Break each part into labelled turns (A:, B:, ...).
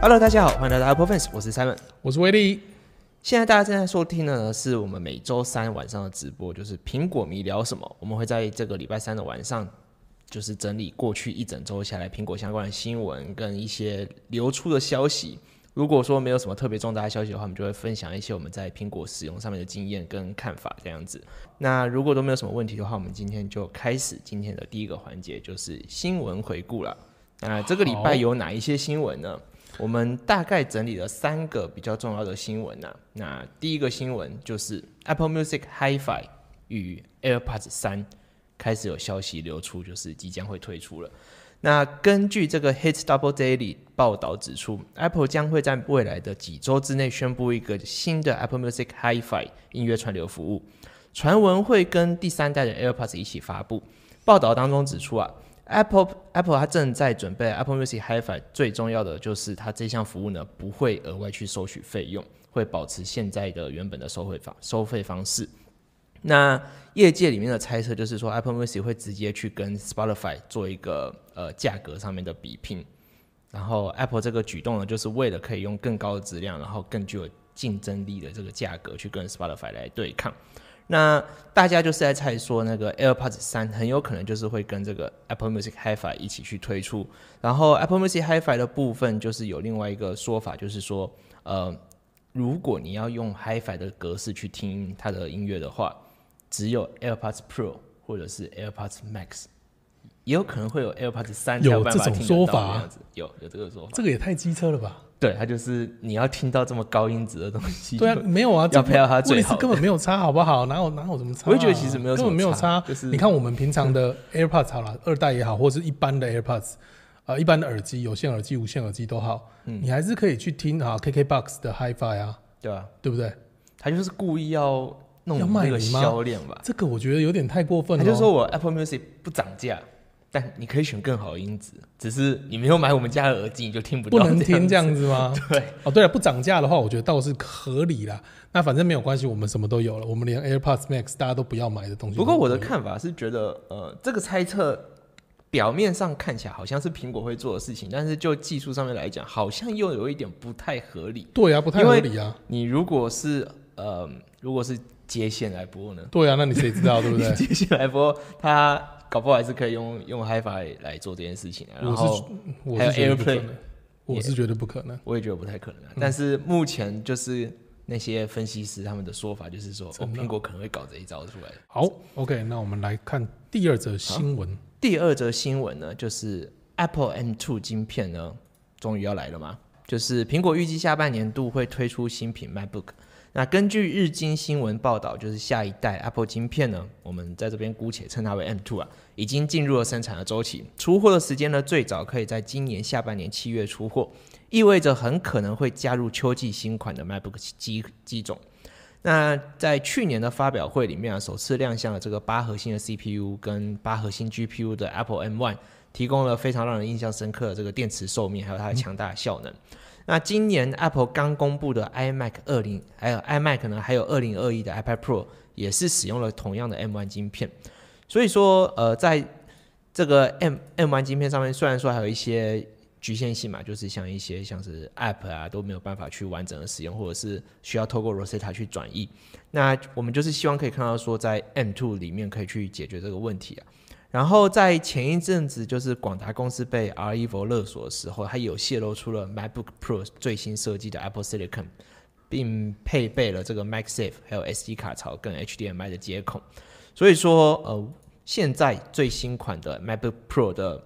A: Hello，大家好，欢迎来到 Apple Fans，我是 Simon。
B: 我是威力。
A: 现在大家正在收听的呢，是我们每周三晚上的直播，就是苹果迷聊什么。我们会在这个礼拜三的晚上，就是整理过去一整周下来苹果相关的新闻跟一些流出的消息。如果说没有什么特别重大的消息的话，我们就会分享一些我们在苹果使用上面的经验跟看法这样子。那如果都没有什么问题的话，我们今天就开始今天的第一个环节，就是新闻回顾了。那这个礼
B: 好
A: 拜有哪一些新闻呢？我们大概整理了三个比较重要的新闻呐、那第一个新闻就是 Apple Music HiFi 与 AirPods 三开始有消息流出，就是即将会推出了。那根据这个 Hit Double Daily 报道指出，Apple 将会在未来的几周之内宣布一个新的 Apple Music HiFi 音乐串流服务，传闻会跟第三代的 AirPods 一起发布。报道当中指出啊，Apple Apple 它正在准备 Apple Music HiFi，最重要的就是它这项服务呢不会额外去收取费用，会保持现在的原本的收费方收费方式。那业界里面的猜测就是说，Apple Music 会直接去跟 Spotify 做一个呃价格上面的比拼，然后 Apple 这个举动呢，就是为了可以用更高的质量，然后更具有竞争力的这个价格去跟 Spotify 来对抗。那大家就是在猜说，那个 AirPods 三很有可能就是会跟这个 Apple Music HiFi 一起去推出。然后 Apple Music HiFi 的部分，就是有另外一个说法，就是说，呃，如果你要用 HiFi 的格式去听它的音乐的话，只有 AirPods Pro 或者是 AirPods Max，也有可能会有 AirPods 三才
B: 有
A: 办法
B: 这种
A: 听
B: 说
A: 得到
B: 法啊
A: 这样子。有有这个说法，
B: 这个也太机车了吧？
A: 对，它就是你要听到这么高音质的东西。
B: 对啊，没有啊，
A: 要配到它最
B: 问题
A: 好
B: 是
A: 的
B: 根本没有差，好不好？哪有哪有什么差啊、
A: 我也觉得其实没有什么
B: 根本没有
A: 差
B: 差。
A: 就是
B: 你看我们平常的 AirPods 好了，二代也好，或者是一般的 AirPods，呃，一般的耳机，有线耳机、无线耳机都好，
A: 嗯
B: 你还是可以去听啊 KKBox 的 HiFi 啊，
A: 对啊，
B: 对不对？
A: 他就是故意要弄
B: 要卖
A: 那个
B: 你吗
A: 销量吧。
B: 这个我觉得有点太过分
A: 他
B: 了、哦
A: 就说我 Apple Music 不涨价，但你可以选更好的音质，只是你没有买我们家的耳机，你就听不
B: 不
A: 到。
B: 能听这
A: 这样
B: 样子吗？
A: 子。 对，
B: 哦，对了，不涨价的话，我觉得倒是合理啦。那反正没有关系，我们什么都有了，我们连 AirPods Max 大家都不要买的东西都
A: 不
B: 有。
A: 过我的看法是觉得，呃，这个猜测表面上看起来好像是苹果会做的事情，但是就技术上面来讲，好像又有一点不太合理。
B: 对啊，不太
A: 因
B: 合
A: 为
B: 理啊。
A: 你如果是呃，如果是接线来播呢？
B: 对啊，那你谁知道，对不对？
A: 接线来播，它搞不好还是可以用用 HiFi 来做这件事情的。啊然
B: 我
A: 后
B: 是我
A: 还有
B: 是觉得不可
A: AirPlay
B: 能，我是觉得不可能。
A: 我也觉得不太可能、
B: 嗯
A: 啊。但是目前就是那些分析师他们的说法，就是说，哦，
B: 真的
A: 苹果可能会搞这一招出来。
B: 好，OK，那我们来看第二则新闻。
A: 第二则新闻呢，就是 Apple M2 晶片呢，终于要来了嘛。就是苹果预计下半年度会推出新品 MacBook。那根据日经新闻报道，就是下一代 Apple 晶片呢，我们在这边姑且称它为 M2 啊，已经进入了生产的周期，出货的时间呢，最早可以在今年下半年七月出货，意味着很可能会加入秋季新款的 MacBook 机机种。那在去年的发表会里面啊，首次亮相了这个八核心的 CPU 跟八核心 GPU 的 Apple M1，提供了非常让人印象深刻的这个电池寿命，还有它的强大的效能。那今年 Apple 刚公布的 iMac 二零，还有 iMac 呢，还有二零二一的 iPad Pro 也是使用了同样的 M1 晶片，所以说呃，在这个 M M1 晶片上面，虽然说还有一些局限性嘛，就是像一些像是 App 啊都没有办法去完整的使用，或者是需要透过 Rosetta 去转译。那我们就是希望可以看到说，在 M2 里面可以去解决这个问题啊。然后在前一阵子，就是广达公司被 R Evo 勒索的时候，它有泄露出了 MacBook Pro 最新设计的 Apple Silicon，并配备了这个 MagSafe 还有 SD 卡槽跟 HDMI 的接口。所以说，呃，现在最新款的 MacBook Pro 的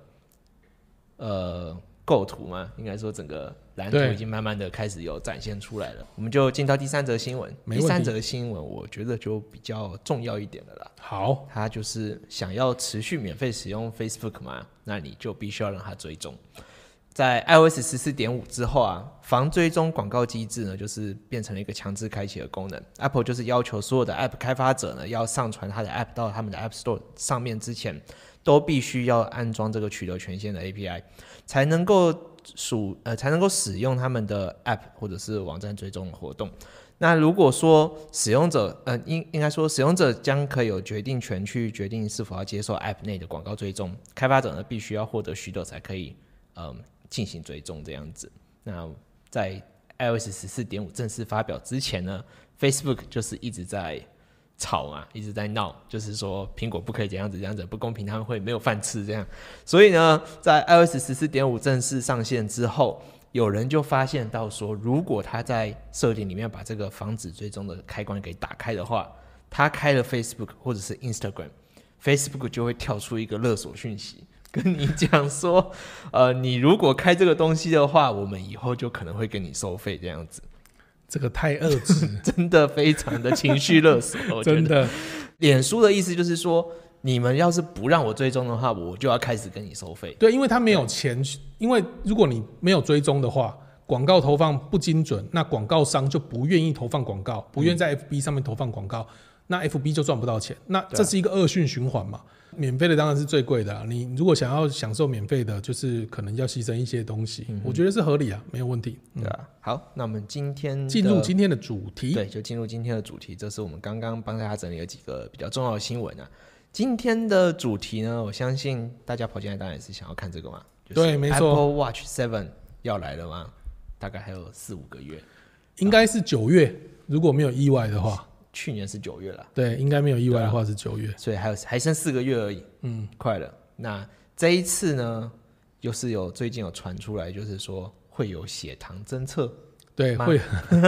A: 呃构图嘛，应该说整个蓝图
B: 对
A: 已经慢慢的开始有展现出来了。我们就进到第三则新闻，
B: 没
A: 第
B: 问题
A: 三则新闻我觉得就比较重要一点的啦。
B: 好，
A: 他就是想要持续免费使用 Facebook 嘛，那你就必须要让它追踪。在 iOS 十四点五之后啊，防追踪广告机制呢，就是变成了一个强制开启的功能。Apple 就是要求所有的 App 开发者呢，要上传它的 App 到他们的 App Store 上面之前，都必须要安装这个取得权限的 API，才能够属呃才能够使用他们的 App 或者是网站追踪的活动。那如果说使用者，呃，应应该说使用者将可有决定权去决定是否要接受 App 内的广告追踪，呃开发者呢必须要获得许可才可以，嗯、进行追踪这样子。那在 iOS 十四点五正式发表之前呢，Facebook 就是一直在吵嘛，一直在闹，就是说苹果不可以这样子，这样子不公平，他们会没有饭吃这样。所以呢，在 iOS 十四点五正式上线之后，有人就发现到说，如果他在设定里面把这个防止追踪的开关给打开的话，他开了 Facebook 或者是 Instagram，Facebook 就会跳出一个勒索讯息。跟你讲说，呃，你如果开这个东西的话，我们以后就可能会跟你收费这样子，
B: 这个太恶质，
A: 真的非常的情绪勒索。 我觉
B: 真
A: 得，
B: 的。
A: 脸书的意思就是说，你们要是不让我追踪的话，我就要开始跟你收费。
B: 对，因为他没有钱去，因为如果你没有追踪的话，广告投放不精准，那广告商就不愿意投放广告，不愿在 FB 上面投放广告，那 FB 就赚不到钱，那
A: 嗯对啊
B: 这是一个恶性循环嘛。免费的当然是最贵的、啊，你如果想要享受免费的，就是可能要牺牲一些东西，
A: 嗯
B: 我觉得是合理啊，没有问题。
A: 对啊，好，那我们今天的
B: 进入今天的主题，
A: 对，就进入今天的主题，这是我们刚刚帮大家整理了几个比较重要的新闻啊。今天的主题呢，我相信大家跑进来当然也是想要看这个嘛，就是
B: 对没错
A: Apple Watch Seven 要来了吗？大概还有四五个月，
B: 应该是九月，如果没有意外的话，
A: 去年是啊九月了，
B: 对，应该没有意外的话是九月。
A: 所以还有还剩四个月而已，嗯，快了。那这一次呢，又是有最近有传出来，就是说会有血糖侦测，
B: 对，
A: 妈
B: 会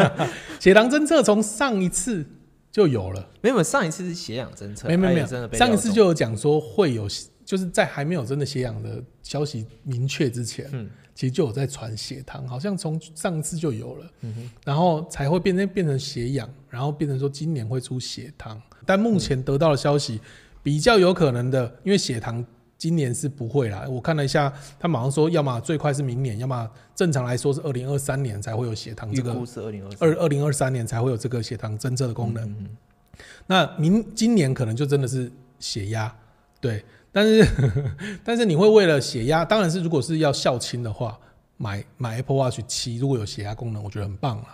B: 血糖侦测从上一次就有了。
A: 没有上一次是血氧侦测，
B: 没没
A: 哎
B: 没有，
A: 真的被
B: 上一
A: 料
B: 次
A: 中
B: 就有讲说会有，就是在还没有真的血氧的消息明确之前，
A: 嗯
B: 其实就有在传血糖，好像从上一次就有了，
A: 嗯
B: 然后才会变成变成血氧，然后变成说今年会出血糖，但目前得到的消息比较有可能的，因为血糖。今年是不会啦，我看了一下，他马上说，要么最快是明年，要么正常来说是二零二三年才会有血糖
A: 预
B: 这个
A: 估是二零二
B: 二二零二三年才会有这个血糖侦测的功能。
A: 嗯
B: 那明今年可能就真的是血压，对，但是 但是你会为了血压，当然是如果是要孝亲的话，买买 Apple Watch 七，如果有血压功能，我觉得很棒了。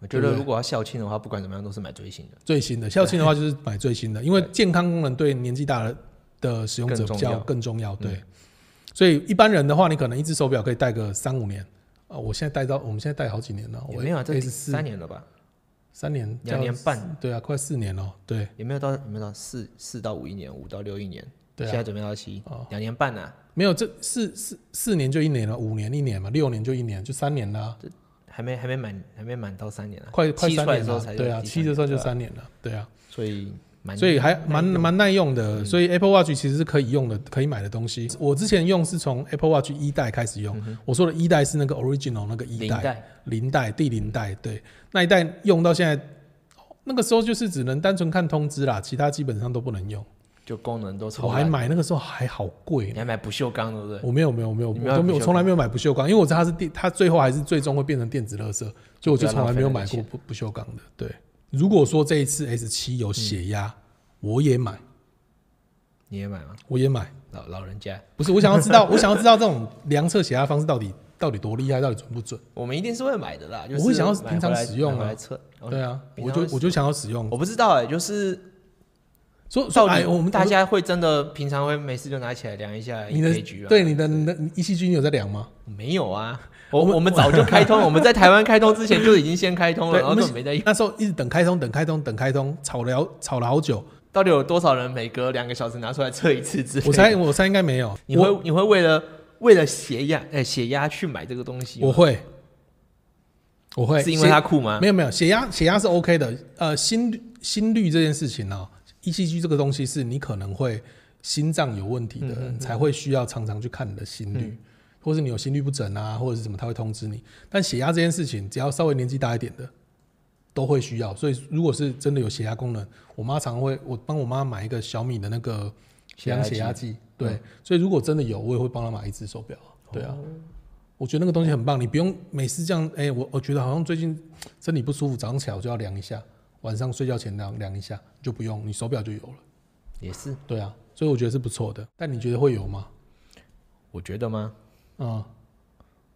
A: 我觉得如果要校庆的话，不管怎么样都是买最新的。
B: 最新的孝亲的话就是买最 新的，因为健康功能对年纪大的的使用者比
A: 更重
B: 较
A: 要嗯
B: 更重要，对。所以一般人的话，你可能一只手表可以戴个三五年啊、我现在戴到我们现在戴好几年了，
A: 也
B: 哦我
A: 没有啊，这
B: S
A: 第
B: 四
A: 三年了吧？
B: 三年
A: 两年半，
B: 对啊，快四年了，对。
A: 也没有到，也没有到四四到五一年，五到六一年，
B: 对啊
A: 现在准备到七
B: 哦，
A: 两年半啊呐，
B: 没有，这四四四年就一年了，五年一年嘛，六年就一年，就三年啦、
A: 还没还没满，还没满到三年啊，
B: 快快
A: 七
B: 三
A: 出来的
B: 年
A: 时候
B: 了
A: 才，
B: 对啊，
A: 第
B: 七的时候就
A: 年
B: 三年了，对啊，
A: 所以蛮
B: 所以还蛮蛮耐用
A: 嗯
B: 的，所以 Apple Watch 其实是可以用的，可以买的东西。我之前用是从 Apple Watch 一代开始用，我说的一代是那个 original 那个一
A: 嗯零
B: 代，
A: 代，
B: 零代第零代，对，那一代用到现在，那个时候就是只能单纯看通知啦，其他基本上都不能用。
A: 就功能都
B: 我
A: 超
B: 还
A: 烂，
B: 买那个时候还好贵
A: 你，还买不锈钢对不对？
B: 我没有没有没有，
A: 你
B: 我
A: 没有
B: 都
A: 买不
B: 没有，
A: 锈
B: 我从来没有买不锈钢，因为我知道它是电，它最后还是最终会变成电子垃圾，所以我就从来没有买过不不锈钢的。对，如果说这一次 S 七有血压，
A: 嗯
B: 我也买，
A: 你也买吗？
B: 我也买。
A: 老老人家，
B: 不是，我想 要知道，我想要知道这种量测血压方式到底到底多厉害，到底准不准？
A: 我们一定是会买的啦，就是
B: 我会想要
A: 买
B: 平常
A: 回来
B: 使用啊
A: 买回来测。哦
B: 对啊，
A: 平
B: 我
A: 常
B: 就
A: 会
B: 我就想要使用。
A: 我不知道哎，就是
B: 所
A: 到
B: 所以哎，
A: 底
B: 我们
A: 大家会真的平常会没事就拿起来量一下
B: 你的
A: EKG 啊？
B: 对你的你的你 ECG 你有在量吗？
A: 没有啊，我我们早就开通，我们在台湾开通之前就已经先开通了，
B: 对
A: 然后
B: 我们
A: 根本没在用。
B: 那时候一直等开通，等开通，等开通，吵了好吵了好久。
A: 到底有多少人每隔两个小时拿出来测一次之类的？
B: 我猜我猜应该没有。
A: 你会你会为了为了血压哎、血压去买这个东西
B: 我
A: 吗？
B: 会，我会
A: 是因为它酷吗？
B: 没有没有血压血压是 OK 的，呃，心率心率这件事情呢、ECG 哦这个东西是你可能会心脏有问
A: 嗯
B: 题的人、才会需要常常去看你的心率，或是你有心律不整啊，或者是什么，他会通知你。但血压这件事情，只要稍微年纪大一点的。都会需要，所以如果是真的有血压功能，我妈常会我帮我妈买一个小米的那个量血压计，对，
A: 嗯
B: 所以如果真的有，我也会帮她买一只手表啊，
A: 哦
B: 对啊，我觉得那个东西很棒，你不用每次这样，哎、我我觉得好像最近身体不舒服，早上起来我就要量一下，晚上睡觉前量量一下，你就不用，你手表就有了，
A: 也是，
B: 对啊，所以我觉得是不错的。但你觉得会有 吗？
A: 我觉得吗？
B: 啊、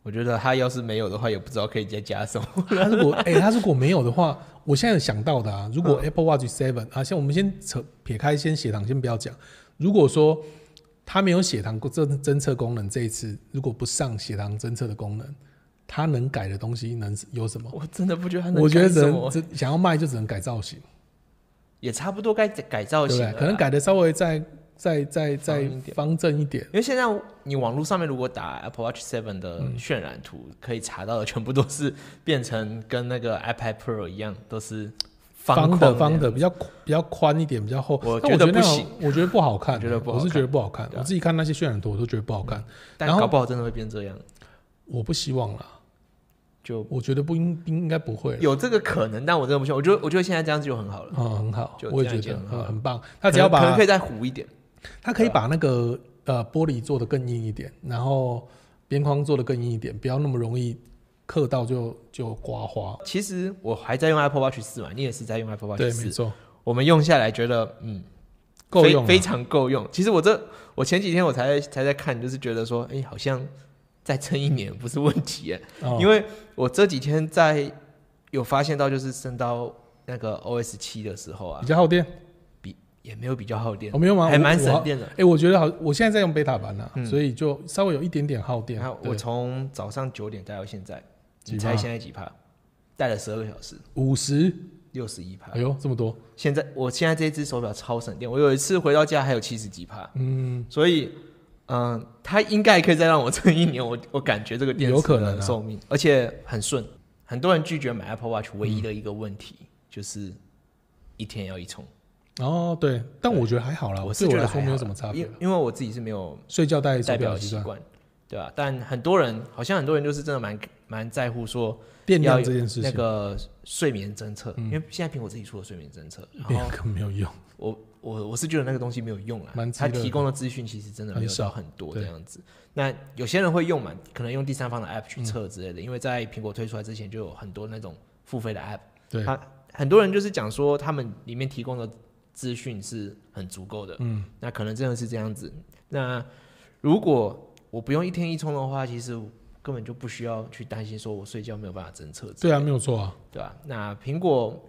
A: 我觉得它要是没有的话，也不知道可以再加什么。
B: 他如果哎、他如果没有的话，我现在想到的啊，如果 Apple Watch Seven 啊，像我们先扯撇开先血糖，先不要讲。如果说它没有血糖侦侦测功能，这一次如果不上血糖侦测的功能，它能改的东西能有什么？
A: 我真的不觉得它能
B: 我觉得
A: 改
B: 只
A: 什
B: 能
A: 么，
B: 只想要卖就只能改造型，
A: 也差不多该改造
B: 对不
A: 型了
B: 对？
A: 啦
B: 可能，改的稍微再再再再
A: 方一点
B: 方正一点。
A: 因为现在你网络上面如果打 Apple Watch Seven 的渲染图，可以查到的全部都是变成跟那个 iPad Pro 一样，都是
B: 方
A: 框
B: 的方
A: 的
B: 的比较比较宽一点，比较厚。
A: 我
B: 但
A: 觉得
B: 我觉得那
A: 不
B: 种
A: 行，
B: 我觉得不好看，
A: 我觉得不好
B: 我是
A: 看
B: 觉得不好看
A: 对。啊
B: 我自己看那些渲染图，我都觉得不好看。
A: 但
B: 然后
A: 搞不好真的会变这样，
B: 我不希望啦，
A: 就
B: 我觉得不应应该不会啦。
A: 有这个可能，但我真的不信。我觉得我觉得现在这样子就很好了，
B: 嗯，很好
A: 就，
B: 我也
A: 这样已
B: 觉得
A: 经很好
B: 很
A: 了
B: 很棒。他只要
A: 可能
B: 把
A: 可以再糊一点，
B: 他可以把那个呃玻璃做的更硬一点，然后边框做的更硬一点，不要那么容易刻到就就刮花。
A: 其实我还在用 Apple Watch 四嘛，你也是在用 Apple Watch
B: 对，没
A: 四，
B: 错，
A: 我们用下来觉得嗯
B: 够
A: 非
B: 用了
A: 非。常够用。其实我这我前几天我才在才在看，就是觉得说，哎、好像再撑一年不是问题耶，
B: 哦
A: 因为我这几天在有发现到，就是升到那个 OS 七的时候啊
B: 比，较耗电，
A: 也没有比较耗电
B: 我，嗯哦没有吗？
A: 还蛮
B: 我我
A: 省电的。
B: 哎、我觉得好，我现在在用贝塔版啦、
A: 嗯
B: 所以就稍微有一点点耗电
A: 然后。我
B: 对
A: 从早上九点戴到现在，
B: 几
A: 你猜
B: 趴
A: 现在几趴？戴了十二个小时，
B: 五十，
A: 六十一趴
B: 哎。呦，这么多，
A: 现在我现在这只手表超省电，我有一次回到家还有七十几趴，
B: 嗯，
A: 所以嗯，它应该可以再让我撑一年。我我感觉这个电池
B: 有可能啊
A: 的寿命，而且很顺。很多人拒绝买 Apple Watch 唯一的一个问题、就是一天要一充，
B: 哦，对，但我觉得还好啦，
A: 啊我是
B: 对我
A: 觉
B: 来
A: 得
B: 说
A: 还
B: 没
A: 好
B: 有
A: 啦
B: 什么差别啊
A: 因。因为我自己是没有
B: 睡觉戴手
A: 戴
B: 表
A: 表
B: 的
A: 的
B: 习
A: 习
B: 惯，
A: 惯，对吧、但很多人好像很多人就是真的蛮蛮在乎说
B: 电
A: 要
B: 量
A: 有
B: 这件事情，
A: 那个睡眠侦测，
B: 嗯
A: 因为现在苹果自己出了睡眠侦测，然
B: 电
A: 后
B: 量更没有用。
A: 我我我是觉得那个东西没有用啦
B: 蛮，
A: 它
B: 鸡肋的
A: 提供的资讯其实真的没
B: 很
A: 有
B: 少
A: 到很多
B: 对
A: 这样子。那有些人会用嘛，可能用第三方的 app
B: 嗯
A: 去测之类的，因为在苹果推出来之前就有很多那种付费的 app，
B: 对，
A: 它很多人就是讲说他们里面提供的资讯是很足够的，
B: 嗯，
A: 那可能真的是这样子。那如果我不用一天一充的话，其实根本就不需要去担心说我睡觉没有办法侦测之类的，
B: 对啊，没有错啊，
A: 对吧、那苹果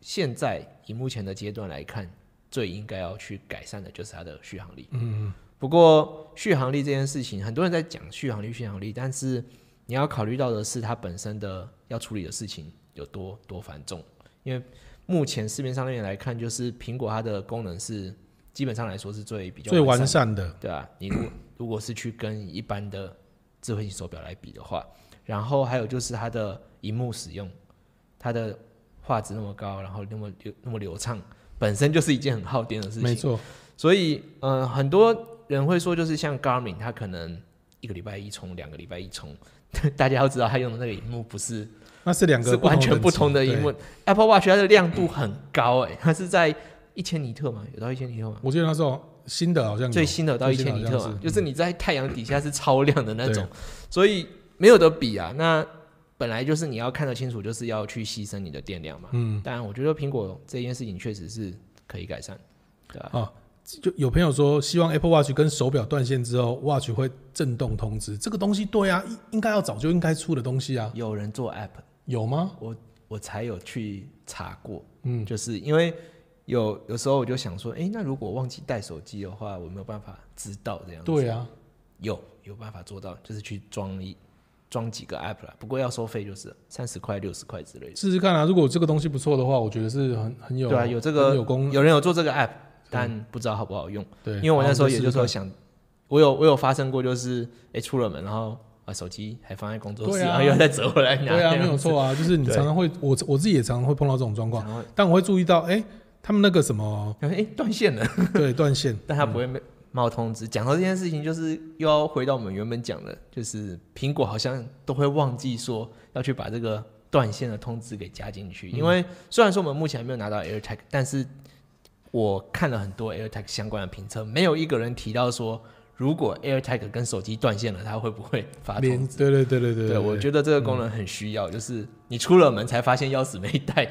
A: 现在以目前的阶段来看，最应该要去改善的就是它的续航力。
B: 嗯，
A: 不过续航力这件事情，很多人在讲续航力、续航力，但是你要考虑到的是它本身的要处理的事情有多多繁重。因为目前市面上面来看，就是苹果它的功能是基本上来说是最比较
B: 最
A: 完
B: 完
A: 善
B: 善的，
A: 对啊，你如如果是去跟一般的智慧型手表来比的话，然后还有就是它的荧幕使用，它的画质那么高，然后那么流那么流畅，本身就是一件很耗电的事
B: 没
A: 情。
B: 错，
A: 所以，呃，很多人会说，就是像 Garmin，它可能一个礼拜一充，两个礼拜一充。 大家要知道，它用的那个荧幕不是
B: 那是两个
A: 是完全不同的
B: 等级
A: 荧幕。Apple Watch 它的亮度很高、哎，它是在一千尼特嘛，有到一千尼特吗
B: 对？我记得那时候新的好像有
A: 最新的到一
B: 最新
A: 千
B: 的
A: 尼
B: 好
A: 特
B: 像
A: 嘛，
B: 是嗯
A: 就是你在太阳底下是超亮的那种，所以没有得比啊。那本来就是你要看得清楚，就是要去牺牲你的电量嘛。
B: 嗯
A: 当然，我觉得苹果这件事情确实是可以改善，对吧、
B: 啊，就有朋友说希望 Apple Watch 跟手表断线之后，Watch 会震动通知，这个东西对啊，应应该要早就应该出的东西啊，
A: 有人做 app，
B: 有吗？
A: 我才有去查过，
B: 嗯，
A: 就是因为有有时候我就想说，诶，那如果忘记带手机的话，我没有办法知道这样子。
B: 对啊，
A: 有有办法做到，就是去装一装几个 app 啦，不过要收费，就是三十块、六十块之类的。
B: 试试看啊，如果这个东西不错的话，我觉得是很很有
A: 对啊，有这个
B: 很有功嗯
A: 有人有做这个 app，但不知道好不好用。
B: 对，
A: 因为我那时候也
B: 好
A: 就
B: 试
A: 是
B: 试
A: 有
B: 看
A: 想，我有我有发生过，就是哎出了门，然后把手机还放在工作室，
B: 对啊
A: 然后又再折回来拿。
B: 对啊，
A: 这样
B: 没有 错啊，就是你
A: 对
B: 常常会，我我自己也常常会碰到这种状况，
A: 然后
B: 但我会注意到，哎、他们那个什么，
A: 然后哎断线了，
B: 对，断线，
A: 但它不会冒通知。讲到这件事情，就是又要回到我们原本讲的，就是苹果好像都会忘记说要去把这个断线的通知给加进去，因为虽然说我们目前还没有拿到 AirTag，但是我看了很多 AirTag 相关的评测，没有一个人提到说如果 AirTag 跟手机断线了，它会不会发
B: 连
A: 通知。
B: 对对对对对
A: 对，我觉得这个功能很需要，就是你出了门才发现钥匙没带，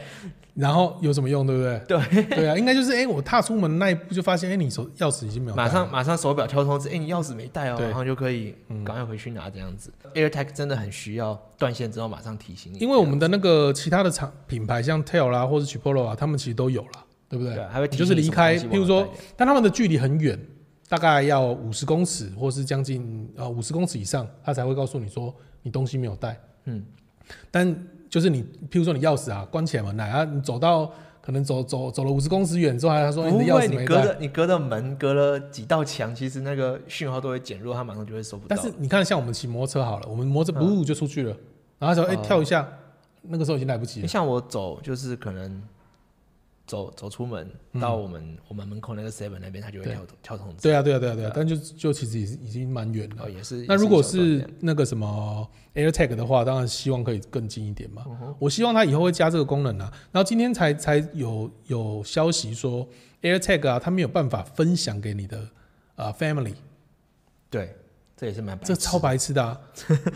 B: 然后有什么用，对不对？对，对啊，应该就是，哎、我踏出门那一步就发现，哎、你手钥匙已经没有带
A: 马
B: 了，
A: 上马上手表跳通知，哎、你钥匙没带哦，
B: 对嗯
A: 然后就可以赶快回去拿这样子。AirTag 真的很需要断线之后马上提醒你，
B: 因为我们的那个其他的厂品牌，像 Tel 啦，或者 Chipolo 啊，他们其实都有啦，对不
A: 对
B: 对？
A: 啊，还会提
B: 你
A: 醒
B: 就是
A: 你
B: 离
A: 什么
B: 开
A: 东西
B: 譬如
A: 忘了
B: 说但他们的距离很远，大概要五十公尺，或是将近呃五十公尺以上，他才会告诉你说你东西没有带。
A: 带
B: 但就是你，譬如说你钥匙啊，关起来门来啊，你走到可能走走走了五十公尺远之后，他说、哎
A: 不
B: 你的钥
A: 会，
B: 匙
A: 你
B: 没
A: 隔
B: 带。
A: 着你隔着门，隔了几道墙，其实那个讯号都会减弱，它马上就会收不到。
B: 但是你看，像我们骑摩托车好了，我们摩托
A: 嗯
B: 车不就出去了，然后他说哎、
A: 哦
B: 跳一下，那个时候已经来不及了。
A: 像我走，就是可能走走出门到我们、我们门口那个 seven 那边，它就会
B: 嗯对
A: 跳跳通知。
B: 对啊，对啊，对啊，对啊，但就就其实已已经蛮远了
A: 哦，。也是。也
B: 那如果
A: 一小段这
B: 是
A: 样
B: 那个什么 AirTag 的话，当然希望可以更近一点嘛。
A: 嗯
B: 我希望它以后会加这个功能啊。然后今天才才有有消息说 AirTag 啊，它没有办法分享给你的啊、呃 family，
A: 对，这也是蛮白
B: 这
A: 痴
B: 超白痴的、啊。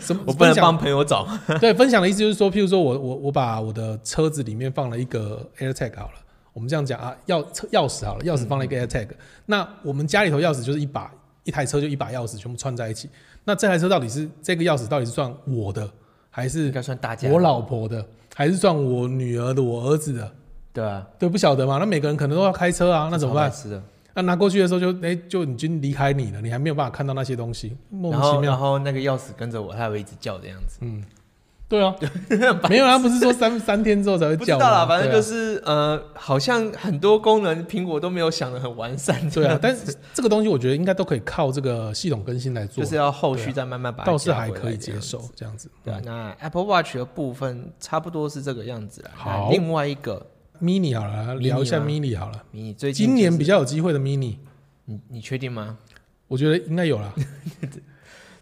B: 什么
A: 我不能
B: 分享
A: 帮朋友找。
B: 对，分享的意思就是说，譬如说我我我把我的车子里面放了一个 AirTag 好了，我们这样讲啊，钥车钥匙好了，钥匙放了一
A: 嗯
B: 个 AirTag，、那我们家里头钥匙就是一把一台车就一把钥匙全部串在一起，那这台车到底是这个钥匙到底是算我的还
A: 应
B: 是
A: 该算大家。
B: 我老婆的，还是算我女儿的、我儿子的？
A: 对啊，
B: 对，不晓得嘛？那每个人可能都要开车啊，那怎么办？
A: 是的。
B: 那、拿过去的时候就哎、就已经离开你了，你还没有办法看到那些东西，莫
A: 然
B: 名其
A: 后
B: 妙。
A: 然后那个钥匙跟着我，它还会一直叫的样 子。
B: 对啊，没有，他不是说三三天之后才会
A: 不知道
B: 叫
A: 啦，
B: 吗？
A: 反正
B: 对啊
A: 就是、呃，好像很多功能苹果都没有想的很完善。
B: 对啊，，但是这个东西我觉得应该都可以靠这个系统更新来做，啊
A: 就是要后续再慢慢把它
B: 倒是
A: 加回
B: 还
A: 来
B: 可以
A: 这
B: 接
A: 样
B: 受嗯这样子。
A: 对啊，那 Apple Watch 的部分差不多是这个样子啦。那
B: 好
A: 另外一个
B: 嗯 mini 好了，聊一下 mini 好了，
A: 你啊最近
B: 今
A: 就
B: 年
A: 是
B: 比较有机会的 mini，
A: 你你确定吗？
B: 我觉得应该 有啦。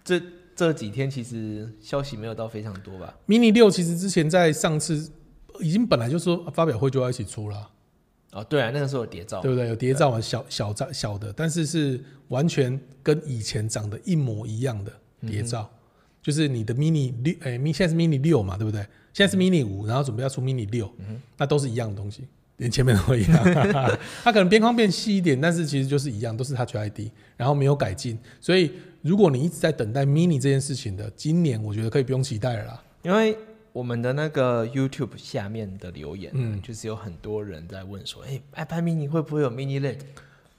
A: 这这几天其实消息没有到非常多吧？
B: mini 六其实之前在上次已经本来就说发表会就要一起出了，
A: 哦，对啊，那个时候有谍照，
B: 对不对？有谍照嘛，小小照小的，但是是完全跟以前长得一模一样的谍照，就是你的 mini 六，哎，mi- 现在是 mini 六嘛，对不对？现在是 mini 五，然后准备要出 mini 六、那都是一样的东西，连前面都一 样。它可能边框变细一点，但是其实就是一样，都是 Touch ID，然后没有改进。所以如果你一直在等待 mini 这件事情的，今年我觉得可以不用期待了啦。
A: 因为我们的那个 YouTube 下面的留言、嗯，
B: 嗯
A: 就是有很多人在问说，哎、i p a d mini 会不会有 mini LED？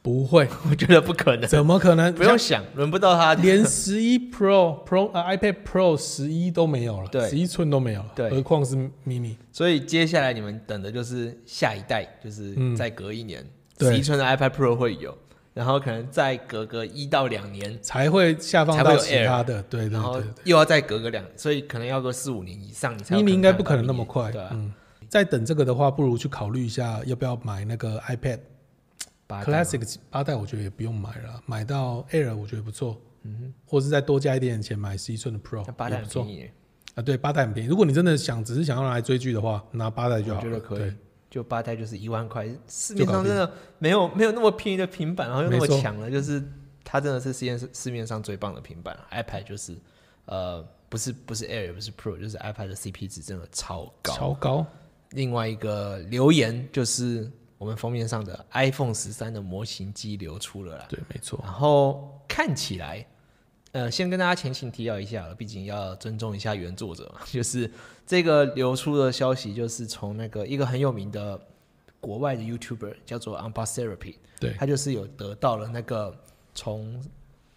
B: 不会，
A: 我觉得不可 能，
B: 怎么可能？
A: 不用想，轮不到它。
B: 连十一 Pro Pro 呃 iPad Pro 十一都没有了，
A: 对
B: 十一寸都没有了，
A: 对
B: 何况是 mini。
A: 所以接下来你们等的就是下一代，就是
B: 嗯
A: 再隔一年，十
B: 对
A: 一寸的 iPad Pro 会有，然后可能再隔个一到两年，
B: 才会下放
A: 才会
B: 到
A: 有
B: 其他的，对对
A: 然后
B: 对。
A: 又要再隔个两，所以可能要个四五年以上，你才有
B: mini 应该不可
A: 看到
B: 能那么
A: mini
B: 快，
A: 对啊，
B: 嗯。在等这个的话，不如去考虑一下要不要买那个 iPad
A: 八代
B: Classic 八代，我觉得也不用买了，买到 Air 我觉得不错，嗯，或是再多加一点点钱买十一寸的 Pro
A: 那八
B: 也
A: 代
B: 不
A: 很
B: 错
A: 便宜，
B: 啊。对，八代很便宜。如果你真的想只是想要拿来追剧的话，拿八代就
A: 我
B: 好
A: 觉得
B: 了。
A: 可以
B: 对，。
A: 就八代就是一万块，市
B: 就
A: 面
B: 搞
A: 上真的没有没有那么便宜的平板，然后又那么
B: 没错
A: 强了，就是它真的是市面市面上最棒的平板。iPad 就是呃不是不是 Air 也不是 Pro，就是 iPad 的 CP 值真的超高，
B: 超高，
A: 另外一个留言就是我们封面上的 iPhone 十三的模型机流出了啦，
B: 对，没错。
A: 然后看起来，呃，先跟大家前情提要一下了，毕竟要尊重一下原作者嘛。 就是这个流出的消息，就是从那个一个很有名的国外的 YouTuber 叫做 Unbox Therapy，
B: 对
A: 他就是有得到了那个从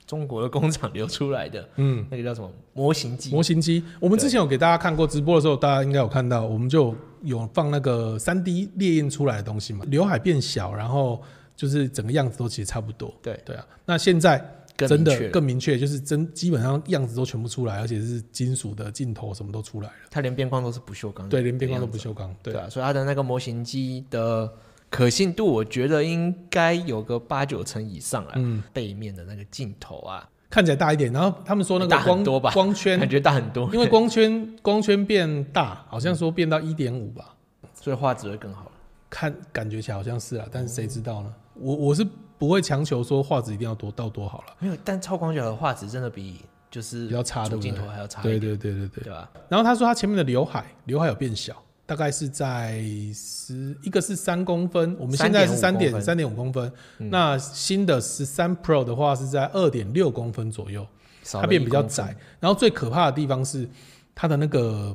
A: 中国的工厂流出来的，
B: 嗯，
A: 那个叫什么模型机，
B: 模型机，我们之前有给大家看过直播的时候，大家应该有看到，我们就有放那个三 D 列印出来的东西嘛，刘海变小，然后就是整个样子都其实差不多。
A: 对，
B: 对啊，那现在
A: 更
B: 真
A: 明确
B: 的
A: 了
B: 更明确，就是真基本上样子都全部出来，而且是金属的镜头什么都出来了，
A: 他连边框都是不锈嗯钢的样子，
B: 对，连边框都不锈钢，对
A: 对，啊，所以它的那个模型机的可信度，我觉得应该有个八九成以上啊。
B: 嗯，
A: 背面的那个镜头啊，
B: 看起来大一点。然后他们说那
A: 大
B: 个
A: 很
B: 光
A: 多吧
B: 光圈
A: 感，觉大 很多，
B: 因为光圈光圈变大，好像说变到一点五吧，
A: 所以画质会更好。
B: 看感觉起来好像是啊，但是谁知道呢？我我是不会强求说画质一定要多到多好了，
A: 没有，但超广角的画质真的比就是
B: 比较差
A: 主
B: 对不对
A: 镜头还要差
B: 对
A: 一点，
B: 对对对对。
A: 对吧？
B: 然后他说他前面的刘海，刘海有变小，大概是在十一个是三公分，我们现在是三
A: 3.5
B: 点三点五公分，嗯那新的十三 Pro 的话是在二点六公分左右，
A: 少了
B: 它变
A: 一
B: 比较
A: 公分
B: 窄。然后最可怕的地方是它的那个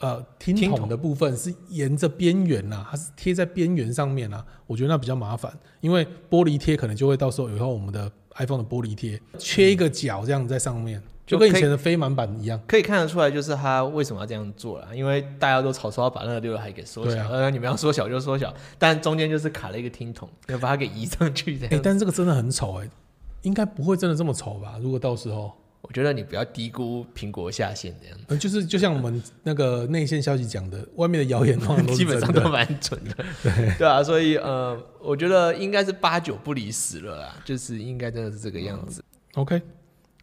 B: 呃听
A: 听
B: 筒的部分是沿着边缘呐，它是贴在边缘上面啊，我觉得那比较麻烦，因为玻璃贴可能就会到时候有时候我们的 iPhone 的玻璃贴缺一个角这样在上面，就跟以
A: 可以
B: 前的飞满版一样。
A: 可以看得出来，就是他为什么要这样做了，因为大家都吵说要把那个刘海给缩
B: 对
A: 小，
B: 啊
A: 呃、你们要缩小就缩小，但中间就是卡了一个听筒，要把它给移上去这
B: 哎、
A: 样。
B: 但是这个真的很丑哎、应该不会真的这么丑吧？如果到时候，
A: 我觉得你不要低估苹果下线这样。
B: 呃就是就像我们那个内线消息讲的，外面的谣言通常都 是
A: 基本
B: 哦真
A: 上都
B: 的。
A: 蛮准 的，对啊，所以呃，我觉得应该是八九不离十了啦，就是应该真的是这个样子
B: OK，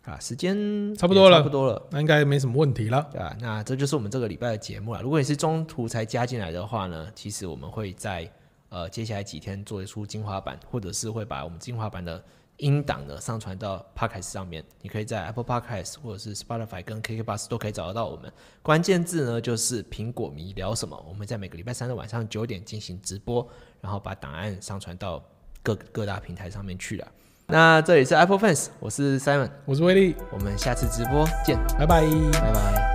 A: 啊，时间
B: 嗯差不多
A: 也
B: 了
A: 差不多了。
B: 那应该没什么问题了。
A: 对啊，那这就是我们这个礼拜的节目了。如果你是中途才加进来的话呢，其实我们会在呃接下来几天做一出精华版，或者是会把我们精华版的音档呢上传到 Podcast 上面。你可以在 Apple Podcast 或者是 Spotify 跟 KK Bus 都可以找得到我们。关键字呢就是苹果迷聊什么。我们在每个礼拜三的晚上九点进行直播，然后把档案上传到各各大平台上面去了。那这里是 Apple Fans，我是 Simon，
B: 我是威力，
A: 我们下次直播见，
B: 拜拜。
A: 拜拜。